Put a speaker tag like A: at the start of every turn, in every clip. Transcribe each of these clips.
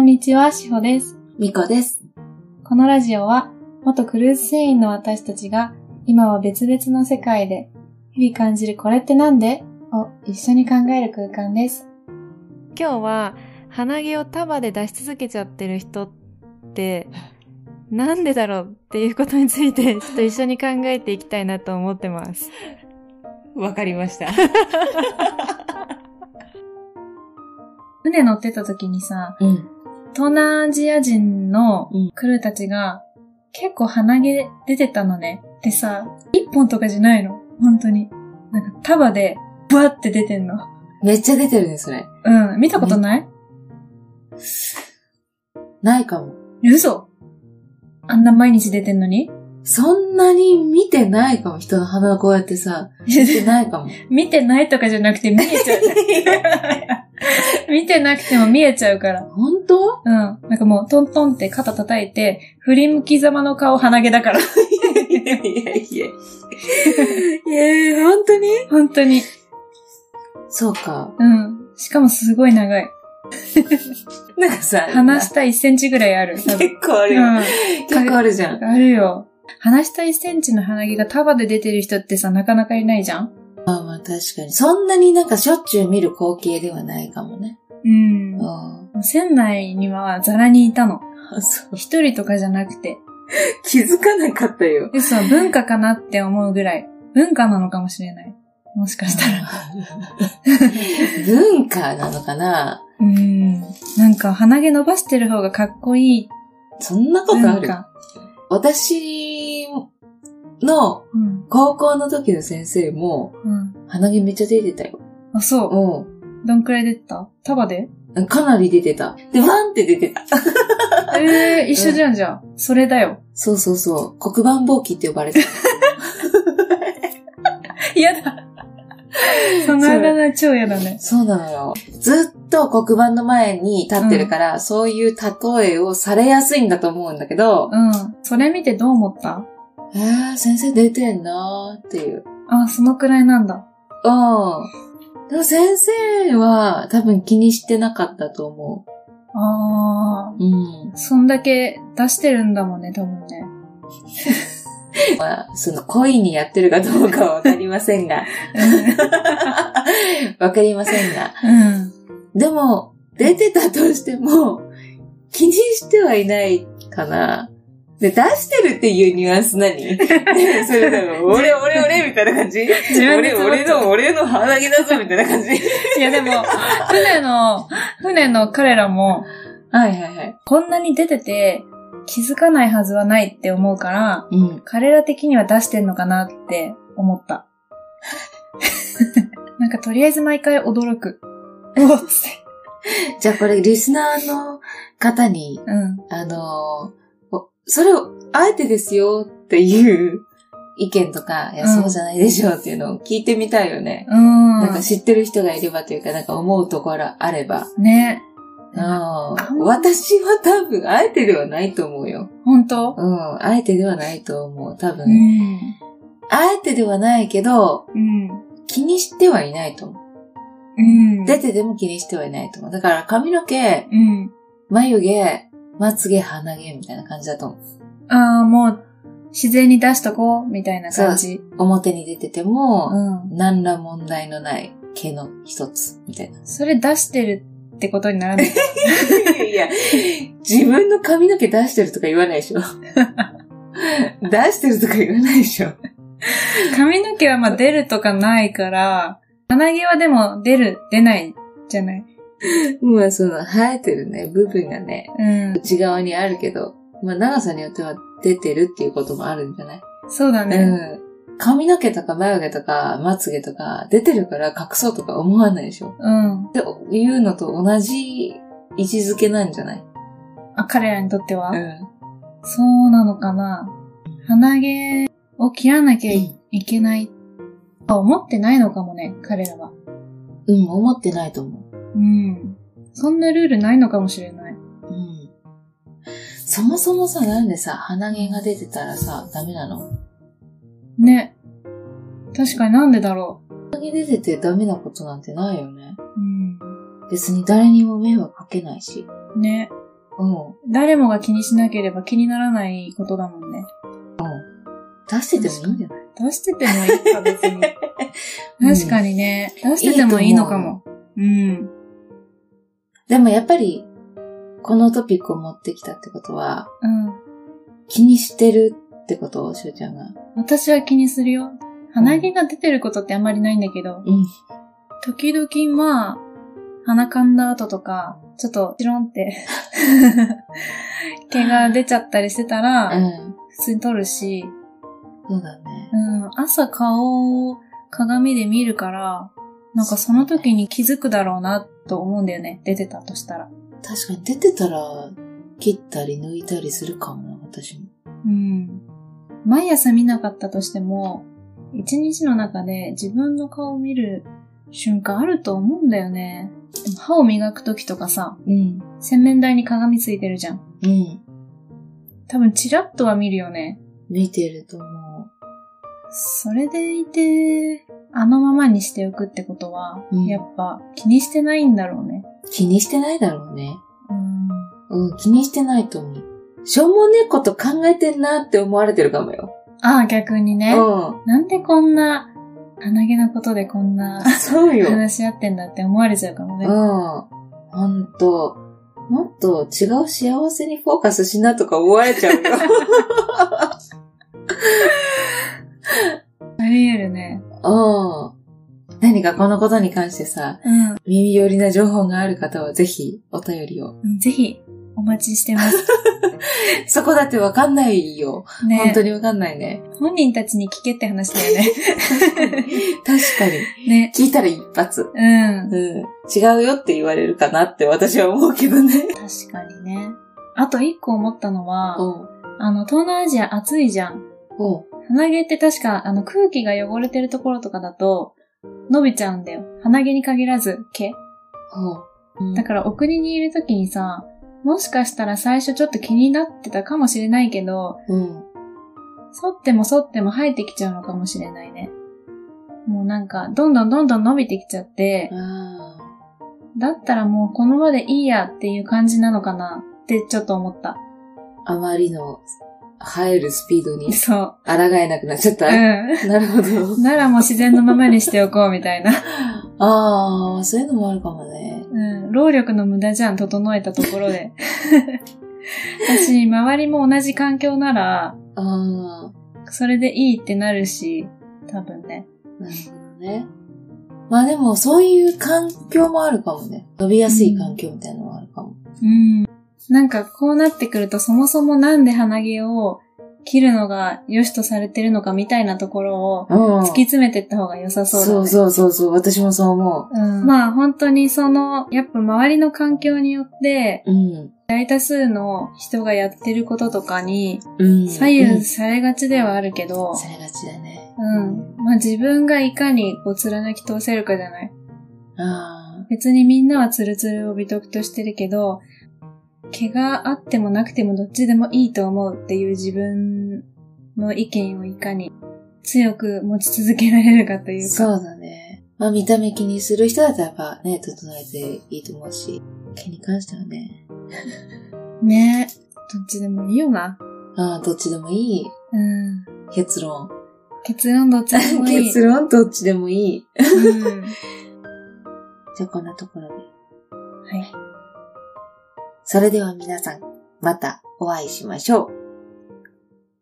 A: んにちは、しほです。
B: ニコです。
A: このラジオは、元クルーズ船員の私たちが、今は別々の世界で、日々感じるこれってなんでを一緒に考える空間です。今日は、鼻毛を束で出し続けちゃってる人って、なんでだろうっていうことについ て、ちょっと一緒に考えていきたいなと思ってます。
B: わかりました。
A: 船乗ってた時にさ、
B: うん。
A: 東南アジア人のクルーたちが、結構鼻毛出てたのね。でさ、一本とかじゃないの。本当に。なんか束で、ブワって出てんの。
B: めっちゃ出てるね、それ。
A: うん。見たことない、
B: ないかも。
A: 嘘あんな毎日出てんのに
B: そんなに見てないかも、人の鼻こうやってさ。見てないか も。
A: 見てないとかじゃなくて見えちゃう。見てなくても見えちゃうから。
B: 本当
A: うん。なんかもうトントンって肩叩いて、振り向きざまの顔鼻毛だから。
B: いやいやいや。 いや、本当に
A: 本当に。
B: そうか。
A: うん。しかもすごい長い。
B: なんかさ、
A: 鼻下1センチぐらいある。多分
B: 結構 あるよ。結構あるじゃ。
A: うんん。あるよ。鼻下1センチの鼻毛が束で出てる人ってさ、なかなかいないじゃん
B: まあまあ確かに。そんなになんかしょっちゅう見る光景ではないかもね。
A: うん
B: う。ん。
A: 船内にはザラにいたの。
B: そう。
A: 一人とかじゃなくて。
B: 気づかなかったよ。
A: でさ、文化かなって思うぐらい。文化なのかもしれない。もしかしたら。
B: 文化なのかな
A: うん。なんか鼻毛伸ばしてる方がかっこいい
B: そんなことあ
A: 文
B: る
A: 化。
B: 私の
A: うん。
B: 高校の時の先生も
A: うん。
B: 鼻毛めっちゃ出てたよ。
A: あ、そうう。どんくらい出てた束で
B: ん。かなり出てた。で、ワンって出てた。
A: ええ一緒じゃんじゃあ。それだよ。
B: そうそうそう。黒板ぼうきって呼ばれてた。
A: 嫌だ。そのあだ名超嫌だね。
B: そうなのよ。ずっと黒板の前に立ってるから、そういう例えをされやすいんだと思うんだけど、
A: うん。それ見てどう思った
B: えー、先生出てんなーっていう。
A: あ、そのくらいなんだ。
B: うん。でも先生は多分気にしてなかったと思
A: あ
B: う。うん。
A: ー。そんだけ出してるんだもんね、多分ね。
B: まあ、その恋にやってるかどうかはわかりませんが。 わかりませんが。
A: うん。
B: でも、出てたとしても、気にしてはいないかな。で、出してるっていうニュアンス何 ねそれだろ、俺、俺、俺、みたいな感じ
A: 自分で
B: 俺、
A: そう思った
B: 俺の、俺の鼻毛だぞ、みたいな感じ
A: いやでも、船の、船の彼らも、
B: はいはいはい。
A: こんなに出てて気づかないはずはないって思うから、
B: うん。
A: 彼ら的には出してんのかなって思った。 なんかとりあえず毎回驚く。おっつって。
B: じゃあこれ、リスナーの方に、
A: うん。
B: あのーおそれを、あえてですよっていう意見とか、いや、
A: うん
B: そうじゃないでしょうっていうのを聞いてみたいよね。
A: うん。
B: なんか知ってる人がいればというか、なんか思うところあれば。
A: ね。
B: あー
A: あんま
B: 私は多分、あえてではないと思うよ。
A: 本当
B: うん、あえてではないと思う。多分、
A: うん。
B: あえてではないけど、
A: うん。
B: 気にしてはいないと思う。
A: うん。
B: 出てても気にしてはいないと思う。だから髪の毛、
A: うん。
B: 眉毛、まつげ、鼻毛みたいな感じだと思う。
A: ああ、もう、自然に出しとこう、みたいな感じ。
B: 表に出てても、
A: うん。
B: 何ら問題のない毛の一つ、みたいな。
A: それ出してるってことにな らない。
B: いや、自分の髪の毛出してるとか言わないで しょ。出してるとか言わないでしょ。
A: 髪の毛はまあ出るとかないから、鼻毛はでも出る、出ないじゃない。
B: まあその生えてるね、部分がね、
A: うん。
B: 内側にあるけど、まあ長さによっては出てるっていうこともあるんじゃない、
A: そうだね。
B: うん。髪の毛とか眉毛とかまつげとか出てるから隠そうとか思わないでしょ。
A: うん。
B: っていうのと同じ位置づけなんじゃない
A: あ、彼らにとっては、
B: うん。
A: そうなのかな。鼻毛を切らなきゃいいけない。あ思ってないのかもね、彼らは。
B: うん、思ってないと思う。
A: うん。そんなルールないのかもしれない。
B: うんそもそもさ、なんでさ、鼻毛が出てたらさ、ダメなの
A: ね。確かになんでだろ
B: 鼻毛出ててダメなことなんてないよね。
A: う。う
B: 別に誰にも迷惑かけないし。
A: ん。ね。
B: うん。
A: 誰もが気にしなければ気にならないことだもんね。
B: 出しててもいいんじゃない
A: 出しててもいいか、別 に。確かにね、出しててもいいのかも。うん。
B: でもやっぱり、このトピックを持ってきたってことは、
A: うん。
B: 気にしてるってことを、しゅうちゃんが。
A: 私は気にするよ。鼻毛が出てることってあんまりないんだけど、
B: うん。
A: 時々まあ、鼻かんだ後とか、ちょっとチロンって、 毛が出ちゃったりしてたら、
B: うん。
A: 普通に取るし、
B: そうだね。
A: うん、朝顔を鏡で見るから、なんかその時に気づくだろうなと思うんだよね。出てたとしたら。
B: 確かに出てたら、切ったり抜いたりするかもな、私も。
A: うん。毎朝見なかったとしても、一日の中で自分の顔を見る瞬間あると思うんだよね。でも歯を磨く時とかさ、
B: うん。
A: 洗面台に鏡ついてるじゃん。
B: うん。
A: 多分チラッとは見るよね。
B: 見てると思
A: それでいて、あのままにしておくってことは、
B: うん
A: やっぱ気にしてないんだろうね。
B: う。気にしてないだろうね。
A: うん。
B: うん、気にしてないと思う。しょうもねえこと考えてんなって思われてるかもよ。
A: ああ、逆にね。
B: う。
A: なんでこんな、鼻毛のことでこんなん
B: そうよ。
A: 話し合ってんだって思われちゃうかも
B: う
A: ね。
B: ん。ほんと、もっと違う幸せにフォーカスしなとか思われちゃうよ。
A: あり得るね。
B: うん。何かこのことに関してさ、
A: うん
B: 耳寄りな情報がある方はぜひお便りを。
A: うん。ぜひ、お待ちして ます。
B: そこだってわかんないよ。
A: ね
B: 本当にわかんな いね。
A: 本人たちに聞けって話だよ ね。
B: 確かに。
A: ね。
B: 聞いたら一発。
A: うん。
B: うん。違うよって言われるかなって私は思うけどね。
A: 確かにね。あと一個思ったのは、
B: うん。
A: あの、東南アジア暑いじゃん。
B: うん。
A: 鼻毛って確か、あの、空気が汚れてるところとかだと、伸びちゃうんだよ。鼻毛に限らず、毛。
B: うん。
A: だからお国にいるときにさ、もしかしたら最初ちょっと気になってたかもしれないけど、
B: うん。
A: 剃っても剃っても生えてきちゃうのかもしれないね。もうなんか、どんどんどんどん伸びてきちゃって、
B: あ
A: だったらもうこの場でいいやっていう感じなのかなってちょっと思った。
B: あ。あまりの生えるスピードに
A: そう。
B: 抗えなくなっちゃった。
A: う
B: なるほど
A: ん。。ならもう自然のままにしておこうみたい な。
B: ああ、そういうのもあるかもね。
A: うん。労力の無駄じゃん、整えたところ で。私、周りも同じ環境なら、
B: ああ、
A: それでいいってなるし、多分ね。
B: なるほどね。まあでも、そういう環境もあるかもね。伸びやすい環境みたいなのもあるかも。
A: うん。なんかこうなってくるとそもそもなんで鼻毛を切るのが良しとされてるのかみたいなところ
B: うん
A: を突き詰めてった方が良さそうだね。
B: そうそうそうそう、私もそう思
A: うんまあ本当にその、やっぱ周りの環境によって、
B: う。うん。
A: 大多数の人がやってることとかに
B: うん。
A: 左
B: う
A: 右
B: ん
A: されがちではあるけど、
B: されがちだね。
A: うん。まあ自分がいかにこう貫き通せるかじゃない。
B: あ
A: 別にみんなはツルツルを美徳としてるけど、毛があってもなくてもどっちでもいいと思うっていう自分の意見をいかに強く持ち続けられるかとい
B: あ、
A: うか。
B: そうだね。まあ見た目気にする人だったらやっぱね、整えていいと思うし、毛に関してはね、
A: ねどっちでもいいよな。
B: ああ、どっちでもいい。
A: うん。
B: 結論。
A: 結論どっちでも いい。
B: 結論どっちでもいい。
A: うん。
B: じゃあこんなところで。
A: はい。
B: それでは皆さん、またお会いしましょう。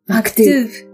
B: マ
A: マ
B: ク
A: ク
B: ト
A: ト
B: ゥー。
A: ゥーフ。